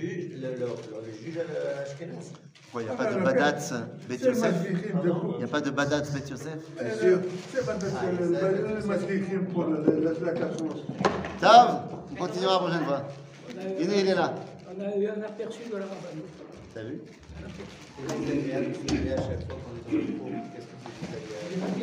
de le, le juge euh, Ashkenaz. Pourquoi il n'y a pas de Badatz Bet Yosef Il n'y a pas de Badatz Bet Yosef Bien sûr. bon. C'est pas parce que le- le le mascricrim pour le- le- la cassance. Tav, on continuera la prochaine fois. Il est, il est là. On a eu un aperçu de la rabbanoute. T'as vu Et vous, vous avez à chaque fois qu'on est dans le cours, qu'est-ce que vous dites d'ailleurs